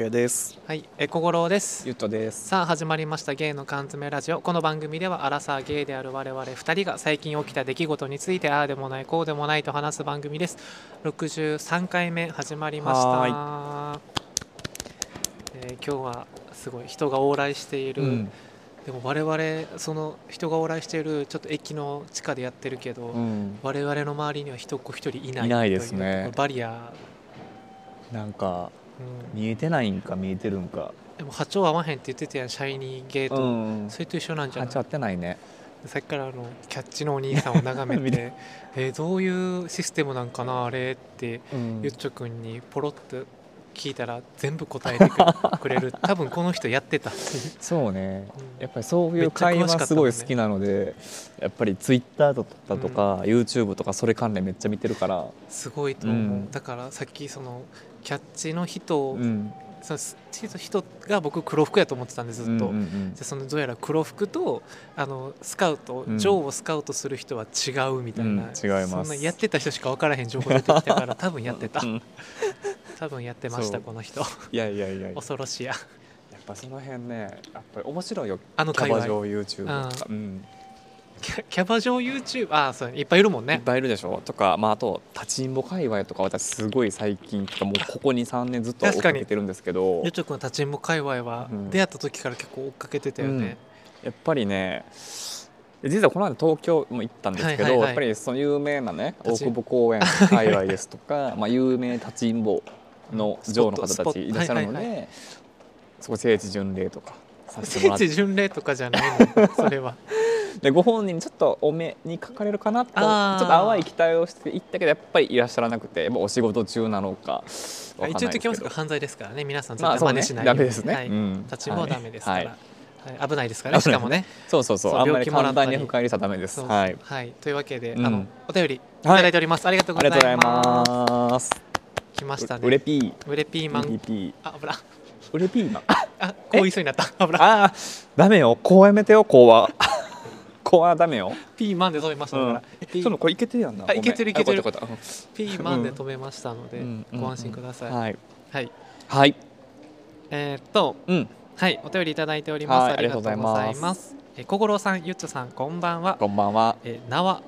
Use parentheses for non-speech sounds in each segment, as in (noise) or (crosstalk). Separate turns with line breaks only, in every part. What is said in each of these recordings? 平です
はい、えこごろです
ゆっとです
さあ始まりました「ゲイの缶詰ラジオ」この番組ではアラサーゲイである我々2人が最近起きた出来事についてああでもないこうでもないと話す番組です63回目始まりました、えー今日はすごい人が往来している、
うん
でも我々その人が往来しているちょっと駅の地下でやってるけど、
うん
我々の周りには人っ子一人いない
いないですね
というバリア、
なんか
うん、
見えてないんか見えてるんか
でも波長合わへんって言ってたやんシャイニーゲート、
ん
それと一緒なんじゃ
あ
ない
ちゃってないね
さっきからあのキャッチのお兄さんを眺め
(laughs) 見
てえーどういうシステムなんかなあれって
うん
ゆっちょくんにポロッと聞いたら全部答えてくくれ
(laughs)
る多分この人やってた、
そうね (laughs)
うん
やっぱりそうい
めっ
う
ちゃ詳
会
しかったもんね
話すごい好きなのでやっぱりツイッターだったとか、YouTube とかそれ関連めっちゃ見てるから、
すごいと思う、
うん
だからさっきそのキャッチの人、
うん、
その人が僕黒服やと思ってたんでずっと。
うんうんうん
でそのどうやら黒服とあのスカウト、
うん
ジョーをスカウトする人は違うみたいな、
うん違います
そんなやってた人しか分からへん情報出てきたか
(laughs)
ら多分やってた
うん
多分やってました
そう
この人
いやいやいややっ
恐ろしいや
ぱその辺ねやっぱり面白いよ
あの
キャ
界
バ
隈
嬢 YouTube とか、うん
キャキャバ嬢 YouTube ああそういっぱいいるもん
いっ
ね
ぱいいるでしょとか、まあ、あと立ちんぼ界隈とか私すごい最近とかもうここ23年ずっと追っ
確か
か
に
けてるんですけど
ゆうちょくんの立ちんぼ界隈は
うん
出会った時から結構追っかけてたよね、
やっぱりね実はこの間東京も行ったんですけど、
はいはいはい
やっぱりその有名なね大
立ち
久保公園の界隈ですと
(laughs)
かまあ有名立ちんぼの女王の方
スポ
た
ット
ちいらっしゃるので、
はいは
そこ聖地巡礼とかさせてもら
聖
って
地巡礼とかじゃないのそれは
でご本人ちょっとお目にかかれるかなとちょっと
あー
淡い期待をして行ったけどやっぱりいらっしゃらなくてやっぱお仕事中なのか (laughs) わかんないですけど
一応言ってきますが犯罪ですからね皆さん絶
まあ
対
そう
真
ね
似しないよ
ダ
うに、
メですね、
はい
うん
立ちんぼはダメですか
はい
ら、はい危ないですからねしかもね
そうそうそう
そう
あんま
病
り
気も
簡
らった
単
り
に深入りしちゃダメです
そう
はいあり
はい、というわけで、
うん
あのお便りいただいております、ありがとうご
が
ざ
と
いう
ござい
ま
ますす
来ましたね
うれぴー
ウレピーマン
PP
あ危な
うれピーマン
あこう言いそうになった危な
あーダメよこうやめてよこうは (laughs) こうはダメよ
ピーマンで止めましただから、ピ
ちょ
ー
っとこれいけてるやんな
あいけてるいけてる
あよかったよかっ
ピーマンで止めましたので、
たうんうん
ご安心ください、
うんはい
はい
はい
えーっと
うん
はいお便りいただいております、
はい
ありがとうございます
ありがとうございま
え小五郎さんゆっちょさんこんばんは
こんばんは
え名は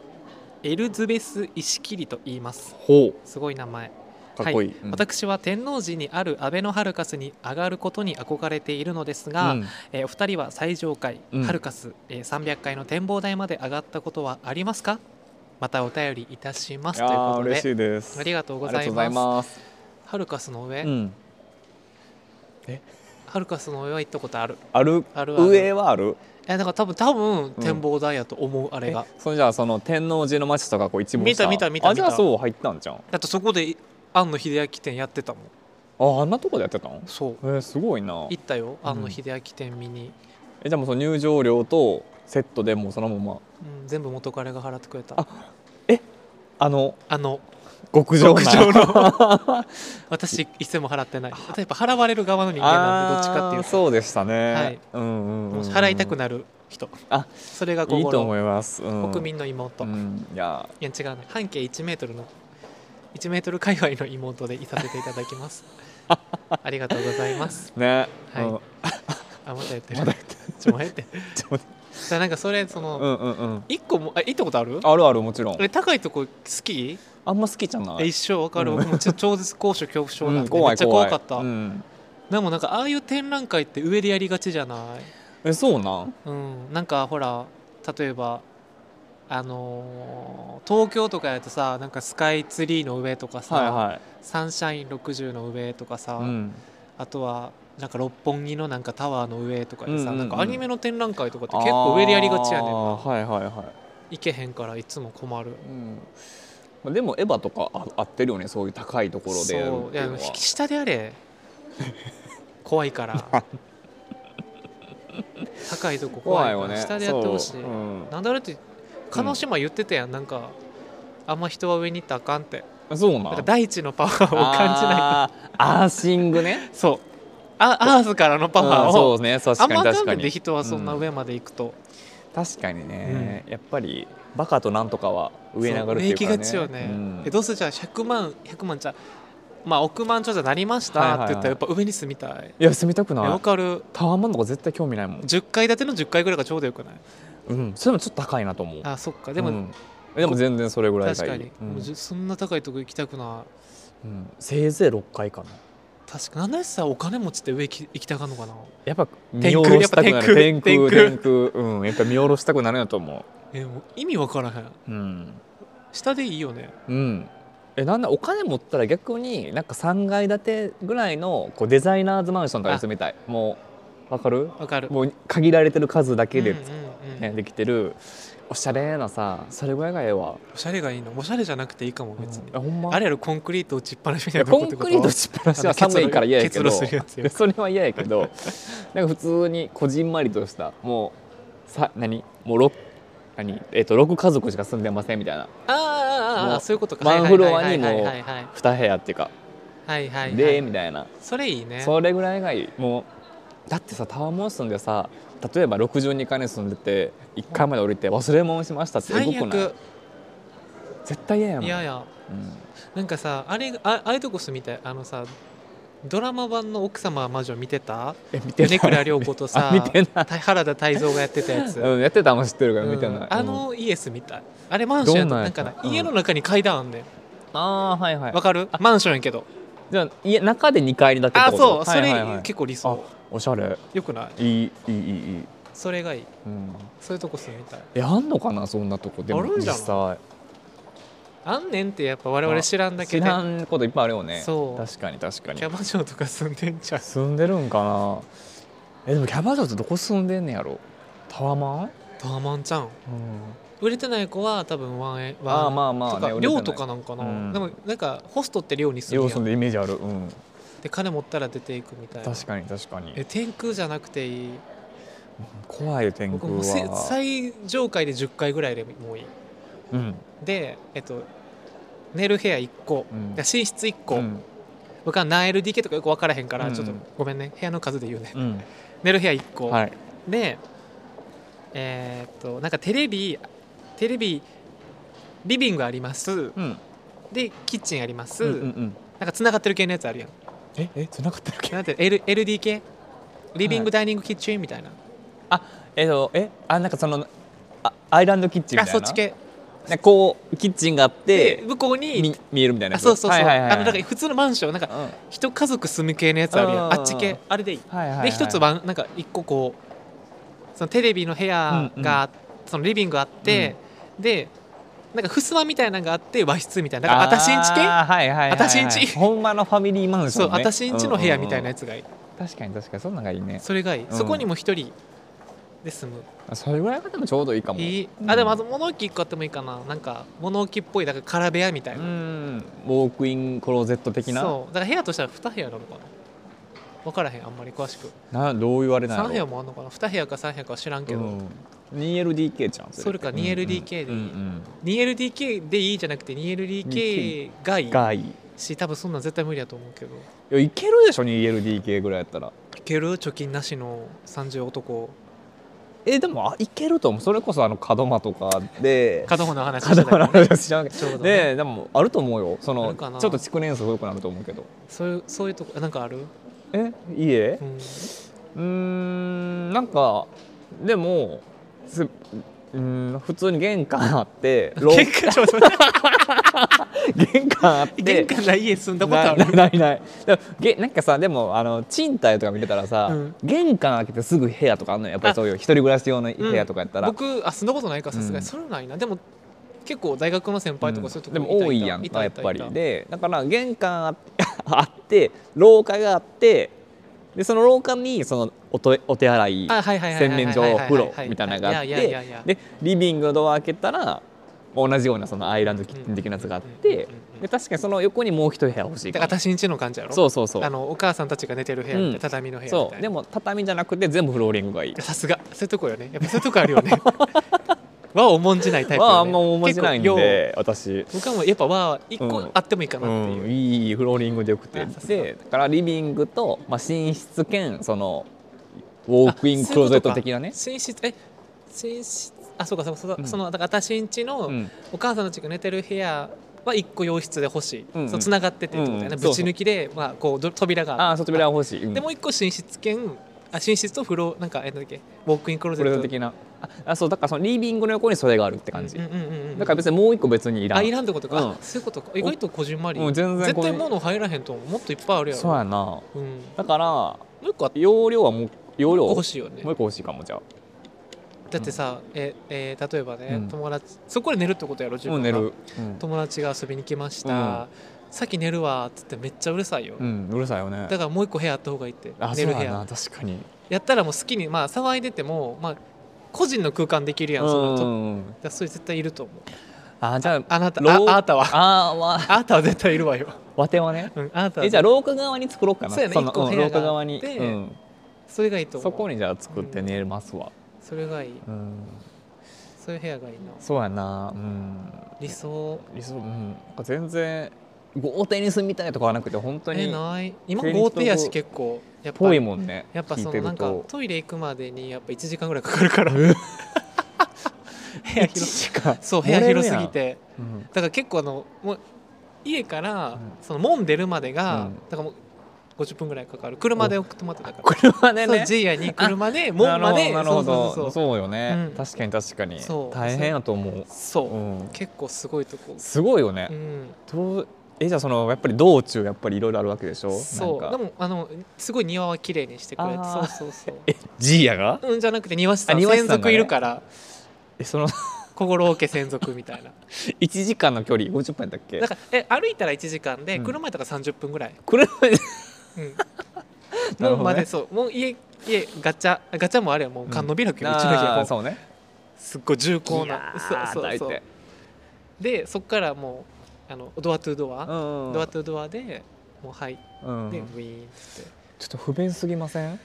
エルズベス石切りと言います
ほ
すごい名前
うかっこいい
は
うん
私は天王寺にあるアベノハルカスに上がることに憧れているのですが、
うん
えーお二人は最上階、
うん
ハルカス、えー、300階の展望台まで上がったことはありますかまたお便りいたしますという
あー
こと
嬉し
で
いです
ありがとうござい
あ
ま
り
す
がとうございます
ハルカスの上、
うん
ハルカスの上は行ったことある
ある
あるある
上はある
えーだから多分多分
うん
展望台やと思う、あれが
えそれじゃあその天王寺の町とかこう一望した
見た見た見た
あじゃ
見
あ
た
そう入ったんじゃん
だってそこで庵野秀明店やってたもん
ああんなとこでやってたの
そう
えー、すごいな
行ったよ
うん
庵野秀明店見に、
えじゃあもうその入場料とセットでもうそのまま
うん、全部元彼が払ってくれたあ
ああの
の
極上な
極上の (laughs) 私一銭も払ってない私やっぱ払われる側の人間なんでどっちかっていう
あー
と
そうでしたね、
はい
うんうんうん
も
うん
う払いたくなる人
あ
それが
いいと
心
思います、うん、
国民の妹、
う
い
ん、いや
や違うな半径1メートルの1メートル界隈の妹でいさせていただきます
(laughs)
ありがとうございます
ーね、
はい
うん、
あまたやってるまだやってちょもうやって
ちょっと待って
だからなんかそれその、
うんうんうん
一個もあ行ったことある
あるあるもちろん
え高いとこ好き、
あんま好きじゃな
え
い
一生わかる、
うん
僕もちょ超絶高所恐怖症
う
なん
ん、
で、
怖
めっ
い
ちゃ怖
怖い
かった、
うん、
でもなんかああいう展覧会って上でやりがちじゃない
えそうなん
うん、なんかほら例えばあのー東京とかやとさなんかスカイツリーの上とかさ、
はいはい
サンシャイン60の上とかさ、
うん
あとはなんか六本木のなんかタワーの上とかでさ、
うんうんうん
なんかアニメの展覧会とかって結構上でやりがちやねん
あ
な
ーはいはいはい
行けへんからいつも困る
うんまあ、でもエヴァとかあ合ってるよねそういう高いところでやる
そう
っ
い
てい
や
う
で
の
も
は
下でやれ怖
(laughs)
いから高いとこ怖
怖い
いか
よ
ら
ね
下でやってほしい、
そううん
なんだろうって鹿児島言ってたやんなんかあんま人は上に行ったらあかんって
そうなん
なんか大地のパワーを感じない
あーアーシングね
とそうあアースからのパワ
うん
ーを、
そうね確
あ
か
ん
に
まあか
確
ん
か
ねんで
に
人はそんな上まで行くと、
確かにね、やっぱりバカとなんとかは上に上がるって
そ
いううかね
免疫がちよね、
うん
えどうせじゃあ100万100万じゃまあ、億万長者になりましたって言ったらやっぱ上に住みたい,、
いや住みたく
いや
な
わ
い
かる
タワーマンとか絶対興味ないもん
10階建ての10階ぐらいがちょうどよくない
うんそれもちょっと高いなと思う
あそっかでも、
うんでも全然それぐらい
確
がいい
かに、
うん
もうじゅそんな高いとこ行きたくない
うんせいぜい6回かな
確かなんでさお金持ちって上行き行きたがんのかな
やっぱ見
天空
下ろしたくなる
やっぱ天
天
空
空天空うんやっぱ見下ろしたくなるなと思
えもう意味わからへん
ううん
下でいいよね
うんえなんだお金持ったら逆になんか3階建てぐらいのこうデザイナーズマンションとかに住みたいもうわかる
わかる
もう限られてる数だけで、
うんうんうん
ね、できてるおしゃれなさそれぐらいがええわ
おしゃれがいいのおしゃれじゃなくていいかも別に、
うんあほんま
あれやろコンクリート打ちっぱなしみ
い
たい
や
なと
コ
こっ
ン
てこと
クリート打ちっぱなしは寒いから嫌やけ
あの
ど
結露するやつ
(laughs)
や
それは嫌やけどなんか普通にこじんまりとしたもうさ何もうろ何えっと6家族しか住んでませんみたいな
あああああ
も
あ
う
そういうことか
ワンフロアに
はい
もう
はいはい
2部屋っていうか
はいはいはい
でみたいな
それいいね
それぐらいがいいもうだってさタワーモン住んでさ例えば62階に住んでて1階まで降りて忘れ物しましたって
最
動くない
悪
絶対嫌やもん
いやいや
うん
なんかさあれあああいうとこ住みたいあのさドラマ版の奥様は魔女見てた
え見てない
米倉涼子とさ
あ見てない
た原田泰造がやってたや
(laughs)
つ、
うんやってたの知ってるから見てない、
うんあの家住みたいあれマンションやっ
ど
た
んな
な
や
ん
つ
かな、
うん
家の中に階段あんねん
あーはいはい
わかるマンションやけど
じゃあ家中で2階にだけ
あそう
は
そ
い
れ
はいはい
結構理想
おしゃれ
よくない
いいいいいいいい、
それがいい
うん、
そういうとこ住みたい
えあんのかなそんなとこでも
あるんじゃない
実際
あんねんってやっぱ我々知らんだけ
知
で
らんこといっぱいあるよね
そう
確かに確かに
キャバ嬢とか住んでんじゃん
住んでるんかなえでもキャバ嬢ってどこ住んでんねやろタワマン、
タワマンちゃん
うん、
売れてない子は多分ワンエン
あ
ワ
あ
ン
まあまあ、ね、
とか
俺じゃな
寮
い
とかなんかな、
うん
でもなんかホストって寮に住
寮
むや
住ん
ん
でるイメージあるうん
で金持ったら出ていくみたいな
確かに確かに
え天空じゃなくていい
怖いよ天
僕
空
もうせ
は
最上階で10階ぐらいでもういい
うん
でえっと寝る部屋1個、
うん
寝室1個、
うん
僕は何 LDK とかよく分からへんから、
うん
ちょっとごめんね部屋の数で言うね
うん
寝る部屋1個、
はい
でえーっとなんかテレビテレビリビングあります
うん
でキッチンあります、
うんうんうん
なんかつながってる系のやつあるやん
ええ繋がってるっけ
なんて L LDK リビング、ダイニングキッチンみたいな
えっとえあなんかそのあアイランドキッチンみ
あ
たい
そ
な
っち系
ねこうキッチンがあっ
で
て
向こうに
み見えるみたいな
あ
やつ
そうそうそ
はい
う、
はいはい
あのなんか普通のマンションなんか
うんはい
一家族住む系のやつあるやん
うん
あっち系あれでいい
はいはい
で一つはなんか一個こうそのテレビの部屋が、そのリビングあって、でなんか襖みたいなのがあって和室みたいなだから私んち系
あーはいはいはいはい
私んち
ほんまのファミリーマンショ
そう
ンね
私んちの部屋みたいなや
つ
つがいい、
確かに確かにそんなんがいいね
それがいい、
ん
そこにも一人で住む
それぐらいがでもちょうどいいかも
いい
うん
あでもあと物置一個あってもいいかななんか物置っぽいだから空部屋みたいうな、
んウォークインクローゼット的な
そうだから部屋としたら2部屋なのかな分からへんあんまり詳しく
などう言われない
3部屋もあんのかな2部屋か3部屋かは知らんけど、
2LDK じゃん
それか 2LDK でいい 2LDK でいいじゃなくて 2LDK がいい
がいい
し多分そんなん絶対無理だと思うけど
いやいけるでしょ 2LDK ぐらいやったら
いける貯金なしの30男
えでもあいけると思うそれこそあの門間とかで
片方の話して
門間
た
の
よね
話しなきゃ
ちょうどね
ででもあると思うよそ
あ
の
る
ち
か
ょ
な
っと築年数多くなると思うけど
そういうそういうとこなんかある、
え家
うん、
うーんなんかでもすうーん普通に玄関あ
(laughs)
って廊
玄関ちょっと待っ
玄関あってて
(laughs) 玄関ない家住んだことあ
な
る
ないないないでもげなんかさでもあの賃貸とか見てたらさ、
うん
玄関開けてすぐ部屋とかあんのよやっぱりそういう一人暮らし用の部屋とかやったら、
僕あそんなことないかさす
う
がに、
ん
それはないなでも結構大学の先輩とかそういうとこ
でも多いやん
た
かや
た
ったぱり
た
でだから玄関あって (laughs) あって廊下があってでその廊下にそのおとお手洗い
あはいはいはい
洗
は
面
いはい
所
はい
お
はい
風呂みたいなのがあっ
いやいやいや
て
いや
でリビングのドア開けたら同じようなそのアイランドキッチン的なやつがあっ
うんうんうん
て
うんうん
で確かにその横にもう一部屋欲しい
だか
からら
私んちの感じやろ
そうそうそ
あ
う
のお母さんたちが寝てる部屋みたいな、
うん
畳の部屋みたい
そ
な
うでも畳じゃなくて全部フローリングがいい
さすが (laughs) そういうとこよねやっぱそういうとこある
(laughs)
よね和を重んじないタイプよ、ね、
まああんま面白いん
結構よ
で私
う僕はもうやっぱ和は一
う
個
ん
あってもいいかなっていう、
うん、いいフローリングでよくて
あさすが
でだからリビングと、まあ、寝室兼そのウォークインクローゼット的なね
あそういうことか寝室え寝室あそうかそうかそうか、
うん
そのだから私んちの
うん
お母さんたちが寝てる部屋は一個洋室で欲しい、
うんうん
そうつながっててってことだよね、
うんうん
ぶち抜きで、まあ、こうど扉が
ああ外扉は欲しい、うん
でもう一個寝室兼あ寝室と風呂なんかえなんだっけウォークインクローゼ
これ
ッ
の
ト
的なああそうだからそのリビングの横にそれがあるって感じ、
うんうんうんうん
だから別にもう一個別にいらん
あいらんってことか、
うん
あそういうことか意外とこじんまり、
うん全然
絶
こ
対
れ
物入らへんと思うもっといっぱいあるやろ
そうやな
うん、も
だから
う一個あって
容量はもう容量
欲しいよね
もう一個欲しいかもじゃあ
だってさ、ええー例えばね、
うん
友達そこで寝るってことやろ自
もう
分
ん
が
寝るうん、
友達が遊びに来ました、先寝るわっつってめっちゃうるさいよ、
うん、うるさいよね
だからもう一個部屋あった方がいいって
あ
寝
そう
る
や
部
な
屋
確かに
やったらもう好きにまあ騒いでてもまあ個人の空間できるやんそのとだか
んうん
らそれ絶対いると思う
あじゃあ
あなた
廊
ああなたは
あーわ
あなたは絶対いるわよ、
わてはね
うん、あなたは
えじゃあ廊下側に作ろうかな
そうやね
の
一個
ん
部屋
廊下側に、
があって
うん、
それがいいと思う
そこにじゃあ作って寝れますわ、
それがいい
うん、
そういう部屋がいいな
そうやなうん
理想
理想うんなんか全然豪邸に住みたいとかはなくて本当
え
に
ない今豪邸やし結構やっぱ
ぽい
り
もんね
やっぱ
聞
そ
いて
のな
る
んか
と
トイレ行くまでにやっぱ1時間ぐらいかかるから (laughs) 部屋広す
しか
(laughs) そう部屋広すぎ、
漏
て
れるやんうん
だから結構あのもう家から
うん
その門出るまでが、
うん
だからもう50分ぐらいかかる車で送ってもらってたから
これはね
そうジーヤに車で門まで
なるほどなるほど
そうそうそうそう
そうよね、
うん
確かに確かに
そう
大変やと思う、、
そううん結構すごいとこ、
すごいよね、
うん、
どうえじゃあそのやっぱり道中やっぱりいろいろあるわけでしょ
そう
なん
で
か
もあのすごい庭は綺麗にしてくれて
あ
そ
ー
うそうそう
えジーヤが
うんじゃなくて庭師さ
あ
ん
庭師さん
専
がね
属いるから
え (laughs) その
小五郎家専属みた
(laughs)
いな
1時間の距離50分やったっけ
だからえ歩いたら1時間で
うん
車やったら30分ぐらい、
車で
うん、
(laughs) なるほどね
もうまでそうもう家家ガチャガチャもあれよもう缶の開き、うちの家
あ
も
ーそうね
すっごい重厚
ギャ
な
ーッ
そう
と
そ
開
う
いて
そうでそっからもうあのドアトゥドア、
うんうん
ドアトゥドアでもう入って
うん
ウィーンっつって
ちょっと不便すぎません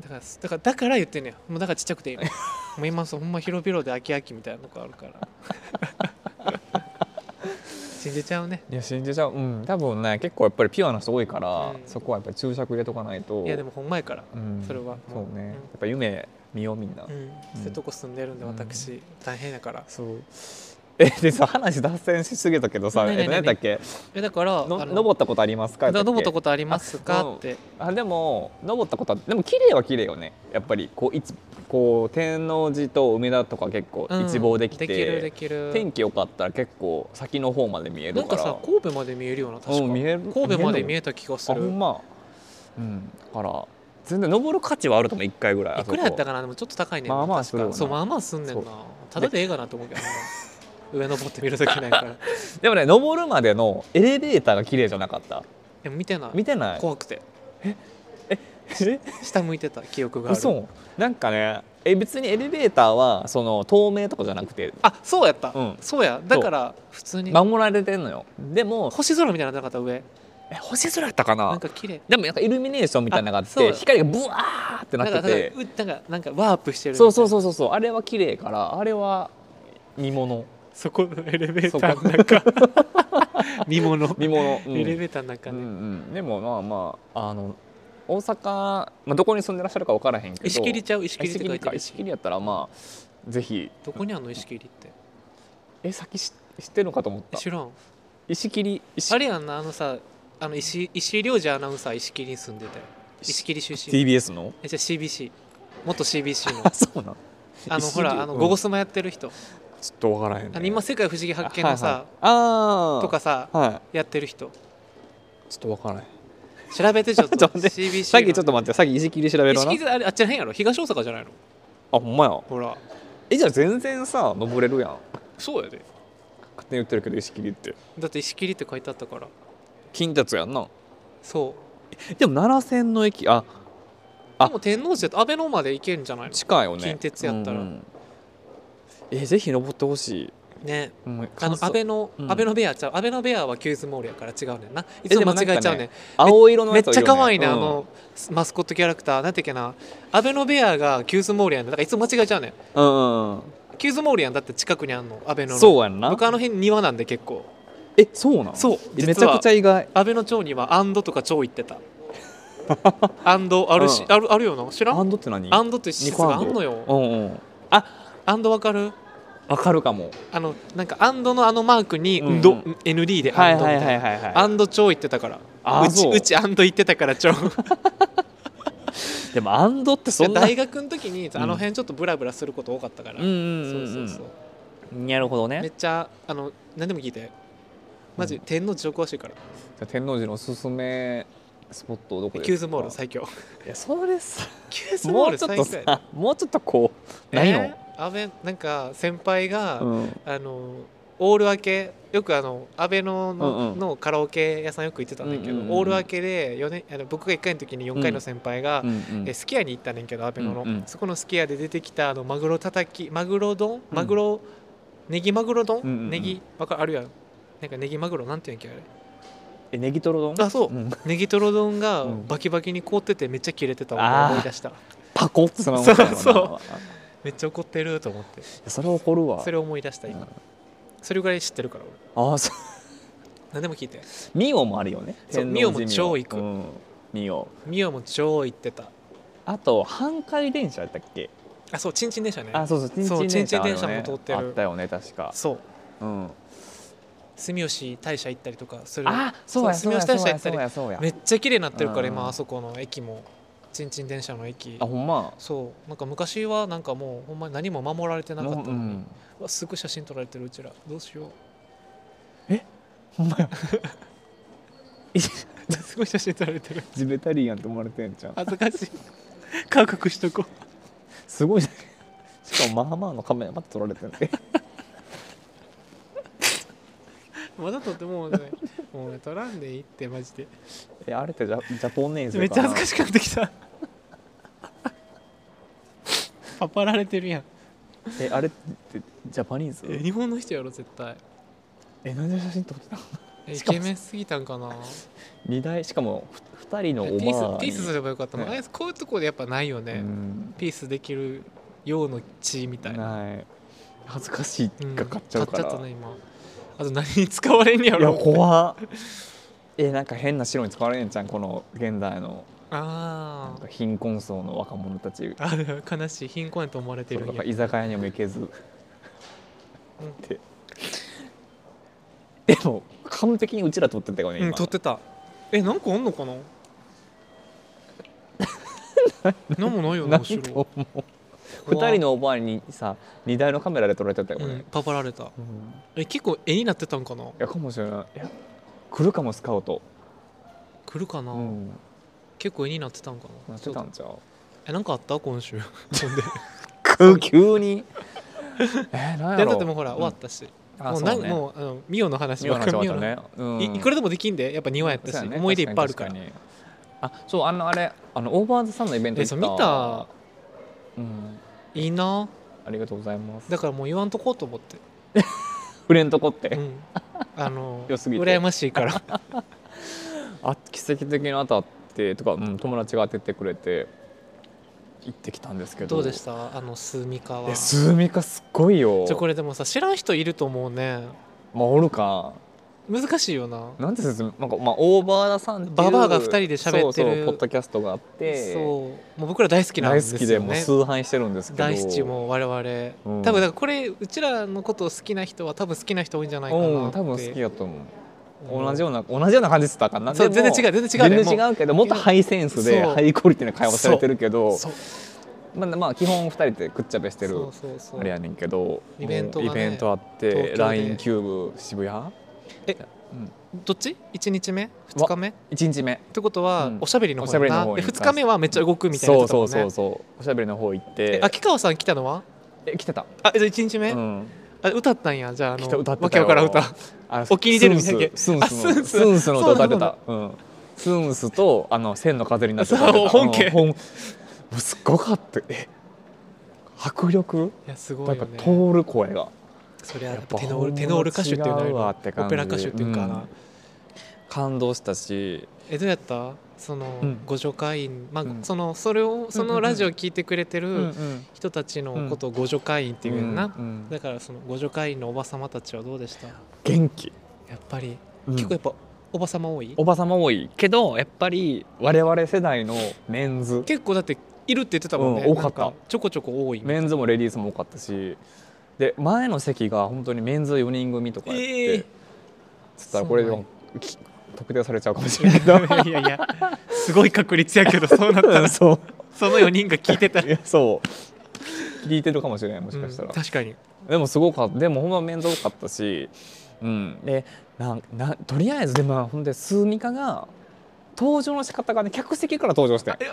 だからだからだから言ってんねよもうだからちっちゃく
(laughs)
ていいのもう今そうほんま広々で飽き飽きみたいなとこあるから
(laughs)
信じちゃうね
いや信じちゃううん多分ね結構やっぱりピュアな人多いから、
うん
そこはやっぱり注釈入れとかないと
いやでもほんまやから、
うん
それは
そうね、
うん
やっぱ夢見ようみんな、
うんそういうとこ住んでるんで
うん
私、大変やから
そうえでさ話脱線しすぎたけどさ、
ね
え
ねね
っと何だっけ
えだから
の
あの
登ったことありますか
だから登った
と
ことあります
あうん
かって
あでも登ったことはでも綺麗は綺麗よねやっぱりこういちこう天王寺と梅田とか結構
うん
一望できて、
できるできる
天気良かったら結構先の方まで見え
な
る
ん
か
からさ神戸まで見えるような確か
うん見える
神戸まで見えた気がす
あほ
る
んまうんだから全然登る価値はあると思う一回ぐらい
いくらやった
か
かなでもちょっと高いねんな
まあまあ
確か
するよな
そうまあまあすんねん
そ
なただでええかなと思うけど
(laughs)
な上登ってみるだけないから
でもね登るまでのエレベーターが綺麗じゃなかった
でも見てない
見てない
怖くて
え
下向いてた記憶がある
嘘なんかねえ別にエレベーターはその透明とかじゃなくて
あそうやった、
うん
そうやだから普通に
守られてんのよでも
星空みたいなのなかった上
え星空やったか
なん
な
か綺麗
でもなんかイルミネーションみたいなのがあっ
あそう
て光がブワーってな
な
っ
んか
てて
なんかうなんかなんかワープしてるみたい
そう
な
そうそうそうそうあれは綺麗からあれは見物
そこのエレベー
そ
タ
こ
ーの中見物
見
(laughs)
物、うん
エレベーターの中
うん
ね
うん、でもまあまああの大阪、まあ、どこに住んでらっしゃるか分からへんけど
石切りちゃう石切り
石
っ
切
て書
り
いて
か
る
石切りやったらまあぜひ
どこにあんの石切りって
え先知知ってるのかと思った
知らん
石切り石
あれやんなあのさあの石石井亮次アナウンサー石切りに住んでて石切り出身
TBS の (laughs)
えじゃあ CBC 元 CBC の
あそうなん
あの
石切
ほ
り
らあの「
うん
ゴゴスマ」やってる人、
ちょっと分からへん、ね
あの今「世界不思議発見」のさ、
はいはいあー
とかさ
は
やってる人
いちょっと分からへん
調べてちょっ
(laughs) ちょ
と
っと待って
CBC
さっきちょっと待ってさっき石切り調べろ
石
な
切りあれあっちらへんやろ東大阪じゃないの
あほんまや
ほら
えじゃあ全然さ登れるやん
そうやで
勝手に言ってるけど石切りって
だって石切りって書いてあったから
近鉄やんな
そ
でも奈良線の駅あ
う
あ
でも天王寺だと安倍のまで行けるんじゃないの
近いよね
近鉄やったら
んえぜひ登ってほしい、
ね
うん
あの
感想
安倍の、
うん
安倍のベアちゃう安倍のベアはキューズモールやから違うねんないつも間違えちゃうねん
青色の
め
や
っ
つは
ちゃ可愛いね、
よ
あのマスコットキャラクターなんていうかなアベノベアがキューズモーリアンだからいつも間違えちゃうねん
うんうんうん
キューズモーリアンだって近くにあんのアベノの
そうやんな
僕あの辺庭なんで結構
えそうなん
そう
え
実
めち
は
ゃくちゃ意外
安倍の町にはアンドとか町行っ
(laughs)
てたアンドあるし、
うん
あるあるよな知ら
ア
ん
ンドって何
アンドって施設があんのよ
うんうんあ
アンドわかる
わかるかも
あのなんかアンドのあのマークに、
うん
んど ND で
は
ア
い
ンドみ
は
た
い
いな、
はいはいは
アンド超言ってたから
あー
うち
そう
うちアンド言ってたから超
いでもアンドってそんな
大学の時に
ん
あの辺ちょっとブラブラすること多かったから、
うんうん
そううんそううんそう
なるほど
めっ
ね
ちゃあの何でも聞いてマジ、
う
天皇寺超詳しいから
じゃあ天王寺のおすすめスポットどこですか
キューズモール
(laughs)
最強
いやそれさ
キューズモ
も
ー
う
ル
ちょっ
最
と
強や
さもうちょっとこうないの
えー安倍なんか先輩が、
うん
あのオール明けよくあの安倍のの,、
うんうん
カラオケ屋さんよく行ってたんだけ
うん
ど、
うんうん
オール明けで4年あの僕が1回の時に4回の先輩が、
うんうん
えーすき家に行ったねんけど安倍野の、
うんうん
そこのすき家で出てきたあのマグロたたきマグロ
う
丼
ん
マグロ、ネギマグロ
う
丼、
んうんうん
ネギわかるあるやんなんかネギマグロなんていうんやっけあ
えネギトロ
れ
丼
あそう、
うん
ネギトロ丼が
うん
バキバキに凍っててめっちゃ切れてた
あ
わ
ー
思い出した
パコってそのまま
そうそう
う
めっちゃ怒ってると思って
それ怒るわ
それ思い出した
うん
今それぐらい知ってるから俺
あそう
何でも聞いて
ミオもあるよね
そう
天王寺
ミオも超行く
うんミオ
ミオも超言ってた
あと半回電車やったっけ
あそうチンチンでしたね
あそうそうチン
そう
チン電車あるよね
チンチン電車も通ってる
あったよね確か
そう
うん
住吉大社行ったりとかする
あそうやそう
住
や
吉
そ
大
う
社行
や
った
そう
り
やそうや
めっちゃ綺麗になってるから
うん
今あそこの駅もチンチン電車の駅
あほんま
そうなんか昔はなんかもうほんまに何も守られてなかったのに、
う
うんわすぐ写真撮られてるうちらどう (laughs) しよ
ほんまや
うすごい写真撮られてる
ジベタリアンって思われてんじゃん
恥ずかしい覚悟しとこう
すごいねしかもまあまあのカメラまた撮られてるね
まだ撮ってもうねもうね撮らんでいいってマジで
えあれってジャジャポネーズ
めっちゃ恥ずかしくなってきたパパられてるやん
えあれってジャパニー
え
ズ
日本の人やろ絶対
えなんで写真撮ってたの
えイ
しかも
ケメンすぎたんかな
二台しかもふ二人の
ピ
おば
ー
あ
スピースす
ね
ればよかったの、
ね
あいつこういうとこでやっぱないよ
う
ね、
ん
ピースできるようの血みたいな
ない恥ずかし
う
い
ん
が買っちゃうから、
買っちゃったね今あと何に使われんねや
いや
ろ
怖っえなんか変な白に使われんじゃんこの現代のな
あ
んか貧困層の若者たち
あある悲しい貧困やと思われて
そう
る
なんんか
や
居酒屋にも行けず、ででも完璧にうちら撮ってたよね今、
うん撮ってたえなんかあん
(laughs)
のかななんもないよね
ない
後
と
ろ
思う2人のおばあにさ2台のカメラで撮られてたよ
う
ね
ん、パパられた
うんい
え結構絵になってたんかな
やかもしれないいや来るかもスカウト、
来るかな、
うん、
結構絵になってたんかな
なって
ちょ
た
っと
んちゃう
えなんかあった今
(laughs)
週ほんで
く急
(laughs)
にえなん
で
や
だ
ろ
ってもうほら、
ん
終わったし
あ
もう
そ
なん
ね
もうあのミオの話
日本
ばっ
の
か
話終
り
わったね、うん
いいくらでもできんでやっぱ2話やった
そう
し、
やね
思い出いっぱいあるから
確に確にあそうあのあれあのオーバーズさんのイベント
え
行っ
そ
た
う見た
うん
いいな
ありがとうございます
だからもう言わんとこうと思って、
触れんとこって、
うん、あの
(laughs) 良すぎて
羨ましいから
あ奇跡的に当たってとか、うん、友達が当ててくれて行ってきたん (laughs) ですけど
どうでしたあのスミカは
え
ち
スミカすっごいよ
ょこれでもさ知らん人いると思うね
まあおるか
難しいよな
なんて説明なんか、まあ、オーバーダさんっていう
ババアが二人で喋ってる
そうそうポッドキャストがあって
そうもう僕ら大好きなん
大
です
好
よ
き
ね
でもう崇拝してるんですけど
大七も我々、
うん
多分だからこれうちらのことを好きな人は多分好きな人多いんじゃないかなって
うん多分好きやと思う
うん
同じような同じような感じって言ったらあかんな
そう
でも
全然違う全然違うね
全然違うけどもっとハイセンスで
そう
ハイクオリティな会話されてるけど
そう
まあ、まあ基本二人でくっちゃべしてる
そうそうそう
あれやねんけど
イベントが
も
ね
うイベントあっ
東京
て
で
LINE キューブ渋谷
え
うん、
どっち1日目2日目っ
1日目
てことは、
うん
おしゃべりの方
おしゃべ
や
りの
な
方に
で2日目はめっちゃ動くみたいな
そ
や
う
つ
そ
だ
うんそ
もね
うそうおしゃべりの方行っ
え
て
秋川さん来たのは
え来てた、
あじゃあ1日目、
うん、
あ歌ったんやじゃああ
来た
の
歌って
わ
た
け
よ
わからん歌
あの
お気に入りみたいな
スンススンス
あ
の
ス
ス
ン
ン
ス
スの歌歌って
そうな
たうん、スンスとあの千の風になって歌
そう本家
うんもうすっごかったえ迫力
いやすご
やっ
いよ
ぱ
ね
通る声が
それは
やっぱ
テノールテノール歌手っていう
違う
の
わ
は
って感じ
オペラ歌手っていうかな、
うん感動したし
えどうやったその、
うん
ご助会員まあ、
うん
そのそれをそのラジオ聞いてくれて
う
る人たちのことをご助会員っていうよな、
ん
だからそのご助会員のおばさまたちはどうでしたや
元気、
っぱり、
うん
結構やっぱおばさま多い
おばさま多いけどやっぱり我々世代のメンズ
結構だっているって言ってたもんね、
うん多かった
なんちょこちょこ多い
メンズもレディースも多かったしで前の席が本当にメンズ4人組とかやって、
えー (laughs)
つったらこれでもき特定されちゃうかもしれないけど
いやいやすごい確率やけどそうなったら
そ
その4人が聞いてた
う
ら
いやそう聞いてるかもしれないもしかしたら、
うん確かに
でもすごかったでもほんま面倒かったし、うん、でなんなんとりあえずでもほんでスーミカが登場の仕方がね客席から登場してん
え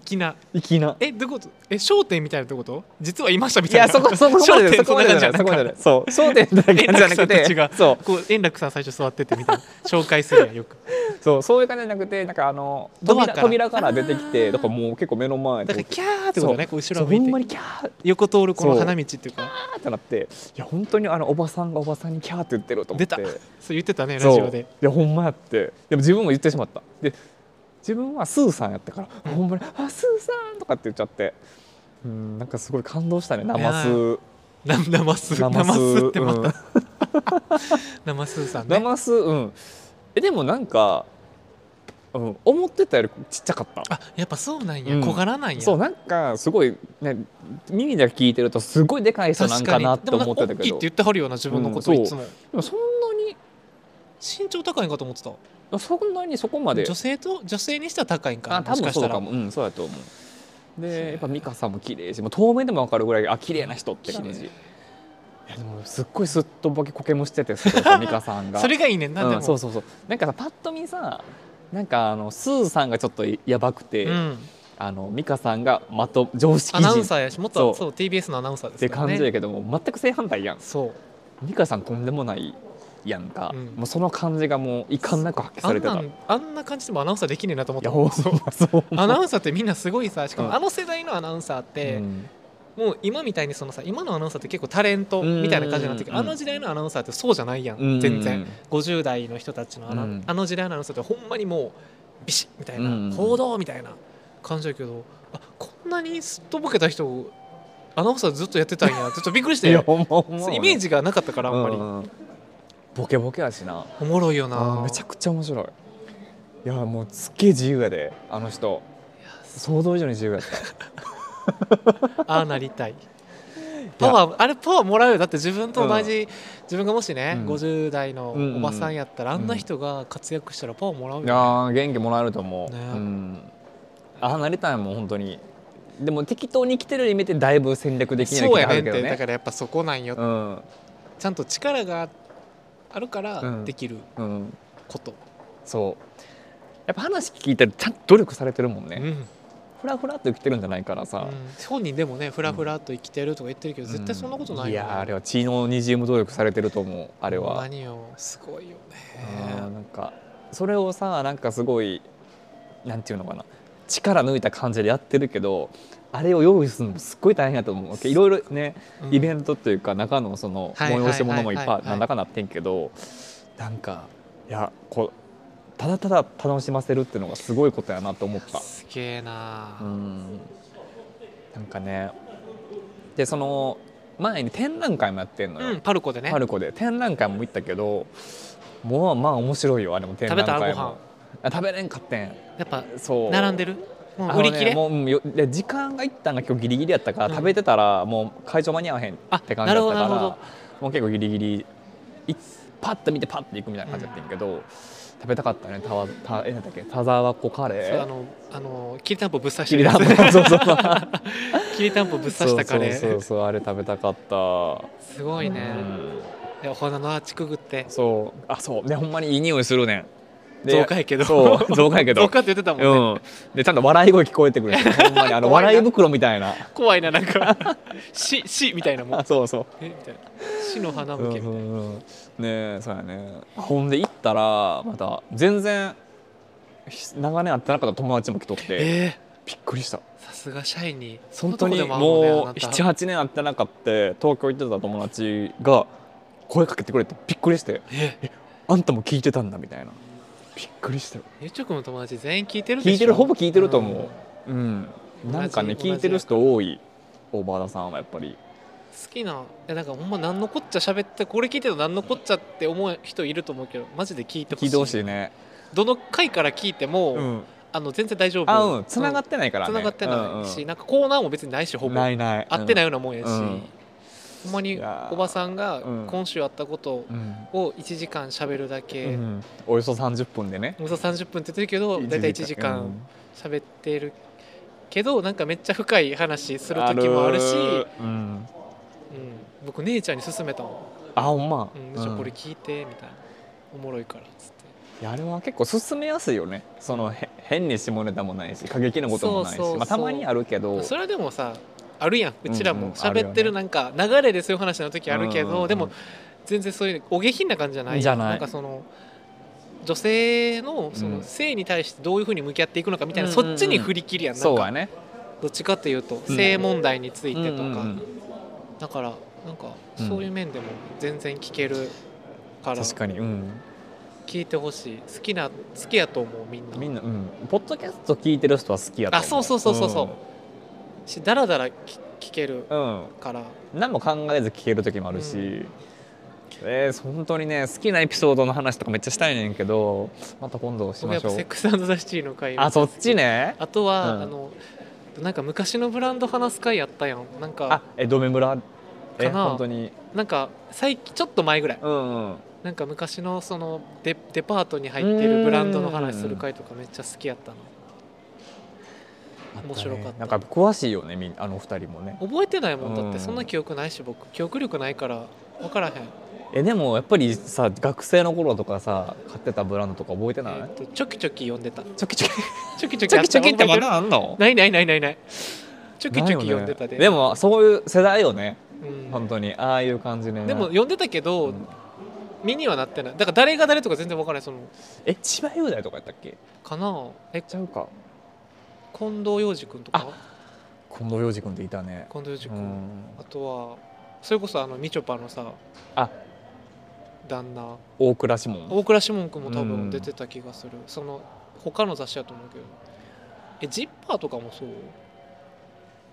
粋ない
きな
えどういうことえ商店みたいなってこと実はいましたみ
い
たいな
やそこそこま
商 (laughs)
でじゃない
店
そこまでじゃないそこまでじゃないそう焦点だけじ
円
ゃ
楽
な
さ
く
んたち
て
が
そう
こう円楽さん最初座ってて
(laughs)
みたいな紹介するやんよく
そうそういう感じじゃなくてなんかあの
ドア
扉
から
扉から出てき
あ
て
ー
だからもう結構目の前
だ
で
からキャーってことねこう後
そう
ろ
ほ
向い
んま
て
にキャー
横通るこの
そう
花道っていうか
ってなっていや本当にあのおばさんがおばさんにキャーって言ってると思って
出たそう言ってたね
そ
ラ
う
ジオで
いやほんまやってでも自分も言ってしまったで自分はスーさんやったから、
うん
ほんまに「あスーさん!」とかって言っちゃってうんなんかすごい感動したね生スー
(laughs) な生ス
生
生
ス
スってま
うん
た生スーさんね
生スーうんえでもなんか、うん、思ってたよりちっちゃかった
あやっぱそうなんや
うん
小柄なんや
そうなんかすごい、ね、耳で聞いてるとすごいでかい人なんかなって思ってた
でもなん
け
か大きいっ
ど
て
で
言ってはるような自分のこと
うんそ
いうつも
もそんなに
身長高いんかと思ってた
そんなにそこまで
女性と女性にしては高いんかな
あ多
もし
分
かし
そ
た
うからもうんそうだと思う
へえ
でやっぱ美香さんも綺麗やしもう透明でも分かるぐらいあ綺麗な人って感
綺
じ
麗
いやでもすっごいすっとぼけこけもしててすごい
(laughs)
やっぱ美香さんが
それがいいねんなんで
う
も
ん、そうそうそうなんかさパッと見さなんかあのスーさんがちょっとやばくて、
うん
あの美香さんがまと常識
アナウ
人
ンサーやしもっと
そ
そう TBS のアナウンサーで
っ
す
て
から
感
ね
じやけども、全く正反対やん
そう
美香さんとんでもないやんか、
うん
もうその感じがもう遺憾なく発揮
あ
され
ん
てた
ないんあんな感じでもアナウンサーできねえなと思った
やほんまそう
アナウンサーってみんなすごいさしか
う
も
ん
あの世代のアナウンサーって、
うん
もう今みたいにそのさ今のアナウンサーって結構タレントみたいな感じになってるけど
う
あ
ん
の時代のアナウンサーってそうじゃないやん、
うん
全然50代の人たちのアナ、
うん
あの時代のアナウンサーってほんまにもうビシッみたいな、
うん
報道みたいな感じだけどあこんなにすっとぼけた人をアナウンサーずっとやってたんやちょっとびっくりして
いやほんまほんま
そうイメージがなかったからあんまり、
うんうんボケボケやしな
おもろいよな
めちゃくちゃ面白いいやもうすっげえ自由やであの人想像以上に自由やった
ああなりたい。パワーあれパワーもらうよだって自分と同じ、自分がもしね、
うん
50代のおばさんやったら、
うんうん
あんな人が活躍したらパワーもらうよ、
い
ね、
やー元気もらえると思う、
ね
うんああなりたいもん本当にでも適当に生きてる意味でだいぶ戦略できない
そうやねんっ
け
て、
ど
だ
ね
からやっぱそこなんよ、
うん
ちゃんと力があるから
うん
できる
うん
こと、
そうやっぱ話聞いたらちゃんと努力されてるもん
うん
ねふらふらっと生きてるんじゃないからさ、
うん本人でもねふらふらっと生きてるとか言ってるけど、絶対そんなことないよ、
い
ね、
やーあれは血のにじむ努力されてると思うあれは
何よすごいよ
あー
ね
なんかそれをさなんかすごいなんていうのかな力抜いた感じでやってるけどあれを用意するのもすっごい大変やと思うわけいろいろね、イベ
ト
ントというか中のその
はいはいはい
催し物もいっ
はい
ぱ
はいい
なんだかなってんけどなんかいやこうただただ楽しませるっていうのがすごいことやなと思った。
すげえな
う
ー、
んなんかねでその前に展覧会もやってんの
う
よ、
んパルコでね
パルコで展覧会も行ったけどもうまあ面白いよあれも展
食べ
覧
たご
会
飯
もあ食べれんかってん
やっぱ
そう
並んでるもう売り切れ、
あのねもううんよで時間がいったんが結構ギリギリやったから、
うん
食べてたらもう会場間に合わへん
あ
って感じだったか
な
ら
るほどなるほ
もう結構ギリギリいパッと見てパッと行くみたいな感じだったんやけど、食べたかったねたわたえなんだっけ田沢湖カレ
そ
(laughs)
うあ
ー
のあのきりたんぽぶっ刺し
き
た
りた
や
んぽ
つ (laughs)
そうそうそう
きりたんぽぶっ刺したカレー
そうそうそうあれ食べたかった、
すごいね、
うん
いやお花のアーチくぐって
そうあそうでほんまにいい匂いするねんで
増加やけど (laughs)
そう増加やけど
どうかって言ってたもんね、
うん、でちゃんと笑い声聞こえてく
(laughs)
るほんまにあの
怖いな
笑い袋みたいな
怖いななんか (laughs) 死死みたいなもん
あそうそ
えみたいな死の花
う,、うん
向
う
けみたいな、
んうん、ねえそうやねほんで行ったらまた全然ひ長年会ってなかった友達も来とって、
え
びっくりした
ーさすがシャイニーそん
本
な
当に
とこでもあんのね
もう
あなた
78年会ってなかった東京行ってた友達が声かけてくれてびっくりして
え
「あんたも聞いてたんだ」みたいなびっくりしたよ
ゆうちょくんの友達全員聞いてるでしょ
聞いてるほぼ聞いてると思う、うん
同じ
なんかね
同じや
聞いてる人多い大場田さんはやっぱり
好きないやなんかほんま何のこっちゃ喋ってこれ聞いてるの何のこっちゃって思う人いると思うけどマジで聞いてほし
聞
い
いてほしいね
どの回から聞いても、
うん
あの全然大丈夫
あうんつながってないからね
繋がってないし、
うんうん
なんかコーナーも別にないしほぼ
ないない
合ってな
い
いようなもんやし、
うん
ほんまに
いやー
おばさんが
うん
今週あったこと
うん
を1時間しゃべるだけ、
うんおよそ30分でね
およそ30分って言ってるけど大体1時間しゃべってるけどなんかめっちゃ深い話する時もあるし、う
う
ん、
ん、
僕姉ちゃんに勧めたも
あほんま、
ん、うん、じゃあ
うん
これ聞いてみたいなおもろいからっつって。
いやあれは結構進めやすいよねそのへ変に下ネタもないし過激なこともないし
そうそうそう
まあ、たまにあるけど
それはでもさあるやんうちら
うんう
も
んあるよね
喋ってるなんか流れでそういう話の時あるけ
うんうんう
ど
ん
でも全然そういうお下品な感じじゃない
じゃない
んかその女性のそうの
ん
性に対してどういうふうに向き合っていくのかみたいな
うんうん
そ
うん
っちに振り切りやんな
そ
ん
うは
か
ね
どっちかというと
うん
性問題についてと
うんうんう
か
ん
だからなんか
うん
そういう面でも全然聞けるから
確かに、うん、
聞いてほしい好きな好きやと思うみんな
みんな、うん、ポッドキャスト聞いてる人は好きやと思う
あそうそうそうそうそうしだらだら聞聞ける
うん、うん
から
何も考えず聞ける時もあるし、えー本当にね好きなエピソードの話とかめっちゃしたいねんけどまた今度し
僕
ま
やっ
しょ
ぱセッ
う
クスザシティの会
あそっちね
あとは、
うん
あのなんか昔のブランド話す会やったやんなん
あ
か
えドメ村え
かな
本当に
なんか最近ちょっと前ぐらい
うんうん
なんか昔のそのデデパートに入ってるブランドの話する会とかめっちゃ好きやったな面白かった
あねなんか詳しいよねみんあの二人もね
覚えてないもんだっ
う
て
ん
そんな記憶ないし僕記憶力ないから分からへん、
えでもやっぱりさ学生の頃とかさ買ってたブランドとか覚えて
え
ない、
ーとチョキチョキ読んでた
チョキチョキ
チョキチョキ
チ
あ
ョ
っ
キチ
た
ョキって
覚え
ま
てる
だあんの
ないないないないないチョキチョキ
ないよ
読
ね
んでたで、
でもそういう世代よね
うん
本当にああいう感じね
でも読んでたけど、
うん
身にはなってないだから誰が誰とか全然分からないその
え千葉雄大とかやったっけ
かなえ
ちゃうか
近藤洋二君とか
近藤洋二君っていたね
近藤洋二
う
君、
ん
あとはそれこそあのみちょぱのさ
あ
旦那
大倉志門
大倉志門君も多
う
分
ん
出てた気がする、その他の雑誌だと思うけどえジッパーとかもそう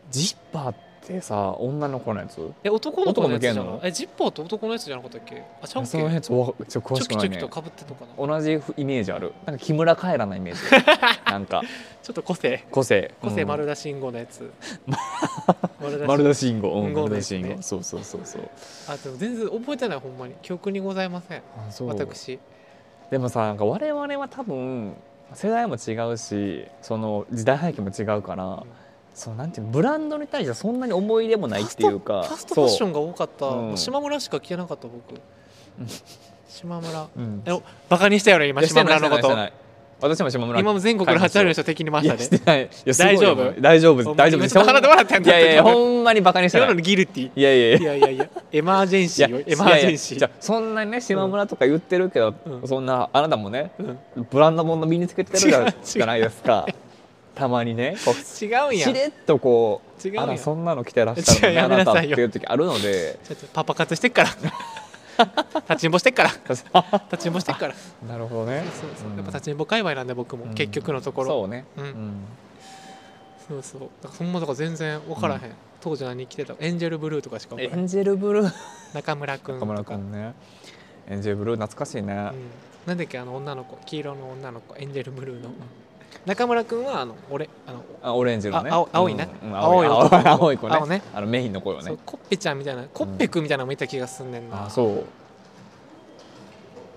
ジッパーってさ女の子のやつ
え男の子のやつじゃ
男
な
も
い
いけんの
えジッパーって男のやつじゃなかったっけあちゃうっけ
その辺ちょっとわちょっと詳
チ
し
ョ
く
キ
な
チ
い
ョキ
ね
とかぶってとかなちょ
同じイメージあるなんか木村カエラのイ
(laughs)
メージなんか
っと個性
個性
個性
うん
丸田慎吾のや
(laughs)
つ、丸田
丸
慎
出し信号
信号
丸出
で
し
すね
信号そうそうそうそう
吾あでも全然覚えてないほんまに記憶にございません
あそう
私
でもさなんか我々は多分世代も違うしその時代背景も違うから、
ん
そのなんていうのブランドに対してそんなに思い入れもないっていうか
ファストファッショ
ン
ンが多かった、
うん
もう島村しか聞けなかった僕
うん
島村
うん
えバカにしたよね今
いやして
島
ない
村のこ
して
と
ない私も島村
今も全国の8割の人敵に回
い
した
やして
で
ないいやすごい
大丈夫
よ大丈夫大丈夫
ちょっと払ってもらったん
い
だ
やいやいや
今
ほんまにバカにしてない
のギルティ
いやいやいや
いやいやいやエマージェンシーよエマージェンシ
いやいやじゃあ
ー
そんなにね島村とか言ってるけど、
うん
そんなあなたもね
うん
ブランド物身につけてるじ
違う違
ゃ
う
じゃないですかたまにねこう
違うんや
しれっとこう
違うや
あ
ん
らそんなの着てらっしゃる
(laughs) 違う
の
や
あ
め
な
な
たっ
さ
て
いよ
いう時あるの
(laughs)
で
ちょっとパパ活してっから立ちんぼしてっから立ちんぼしてっからそ
なるほどね
うそう
うん
やっぱ立ちんぼ界隈なんで僕も、
うん
結局のところ
そうね、
うん
ん
そうそうだからそんなとか全然分からへん、当時何着てたエンジェルブルーとかしか分
エ
からへん
ンジェルブルー
中村君
岡
と
村
か
君ねエンジェルブルー懐かしいね、
うん、なんだっけあの女の子黄色の女の子エンジェルブルーの中村君はあの俺あの
あオレンジのね
あ青青いね
うんうん青い
青い
青い
男の子
青い子ね
青ね
あのメインの子よ
そ
ね
うコッペちゃんみたいなコッペくみたいなのもいた気がすんねんな、
あそう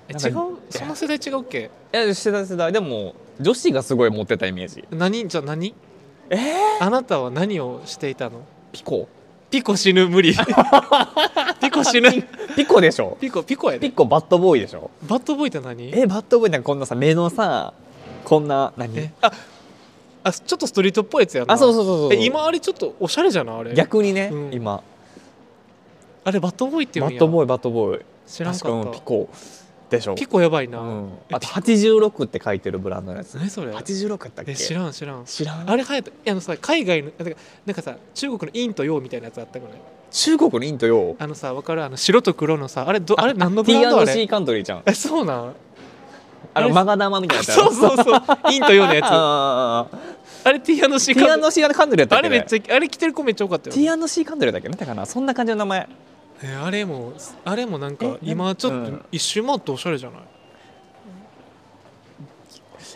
え
なんか
違うその世代違うっけ
いや世代世代でも女子がすごい持ってたイメージ
何じゃあ何
え
あなたは何をしていたの
ピコ
ピコ死ぬ無
(laughs)
理ピコ死ぬ
ピコでしょ
ピコピコや
ピ
で
コバッドボーイでしょ
バッドボーイって何
えバッドボーイなんかこんなさ目のさこんな何
えああちょっとストリートっぽいやつやな
あそう
う
そうそうそう
え今あれちょっとおしゃれじゃないあれ
逆にね、
うん
今
あれバッドボーイって言
バ
うんや
ッドボーイバッドボーイ
知らんか
確
っ
に
た
ピコでしょ
ピコやばいな、
うん、あと86って書いてるブランドのやつ
何それ
86やったっけ
え知らん知らん
知らん
あれ流行ったいやあのさ海外のなんかなんかさ中国の陰と陽みたいなやつあったぐらい
中国のインとヨ
あのさわかるあの白と黒のさあれどあれ何のブランドあれ
T&C カントリーちゃん
えそうなん
あ
あ
の
れ
マガダマみたいなやつやろ
そうそうそう陰と陽のやつあ
あーあーあーあ
れ T&C
ー T&C
か
カントリーやったっ
あ
け、ね、
れめっちゃあれ着てる子めっちゃ多かったよ
T&C カントリーだっけねだからそんな感じの名前
えあれもあれもなんか
え
今ちょっ
う
と
ん
一周回っておしゃれじゃない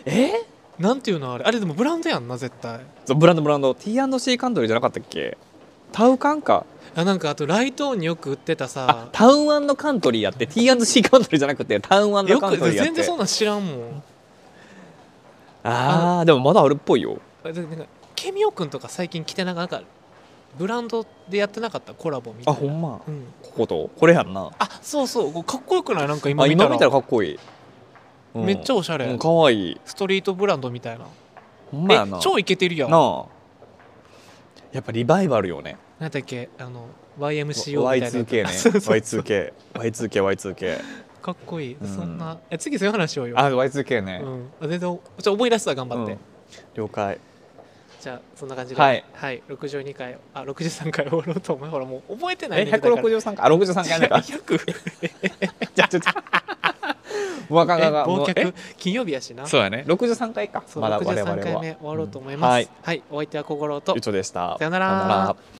え
なんていうのあれあれでもブランドやんな絶対
そうブランドブランド T&C カントリーじゃなかったっけタウカンか
あなんかあとライトオンによく売ってた
あ
さ
タウンカントリーやって T&C カントリーじゃなくてタウンカン
よ
ト
く
リーやっ
全然
て
そんなん知らんもん
ああでもまだあるっぽいよ
あでなんかケミオくんとか最近来てなかなかブランドでやってなかったコラボみた
あ
いな
ほんま
うん、
こことこれやんな
あそうそうかっこよくないなんか今
あ
見た
今
ら
見たらかっこいい、うん
めっちゃおしゃれ、
うん、かわいい
ストリートブランドみたいな
ほんまや
え
な
超イケてるやん
な
なん
あやっぱリバイバルよね
だっけあの YMCO みたいなやつ
Y2K ね
(laughs) そうそう
Y2KY2KY2K
かっこいい、
うん
そんなえ次そういう話しようよ
あ Y2K ね、
うん、あ全然おちょ思い出すわ頑張って、
うん了解
じゃあそんな感じでは
はい、
はい、62回あ63回終わろうと思うほらもう覚えてない
え
ね
百六十三回あ六十三回目
(laughs)
か
100
(laughs) じゃちょっ
(laughs)
ともうあかんあかんあかんも
忘
うえ
却金曜日やしな
そうやね六十三回か
そう
まだ我々
63
は
回目終わろうと思います、
うんは
はいい、お相手は心と
ゆちょでした
さよなら
さよなら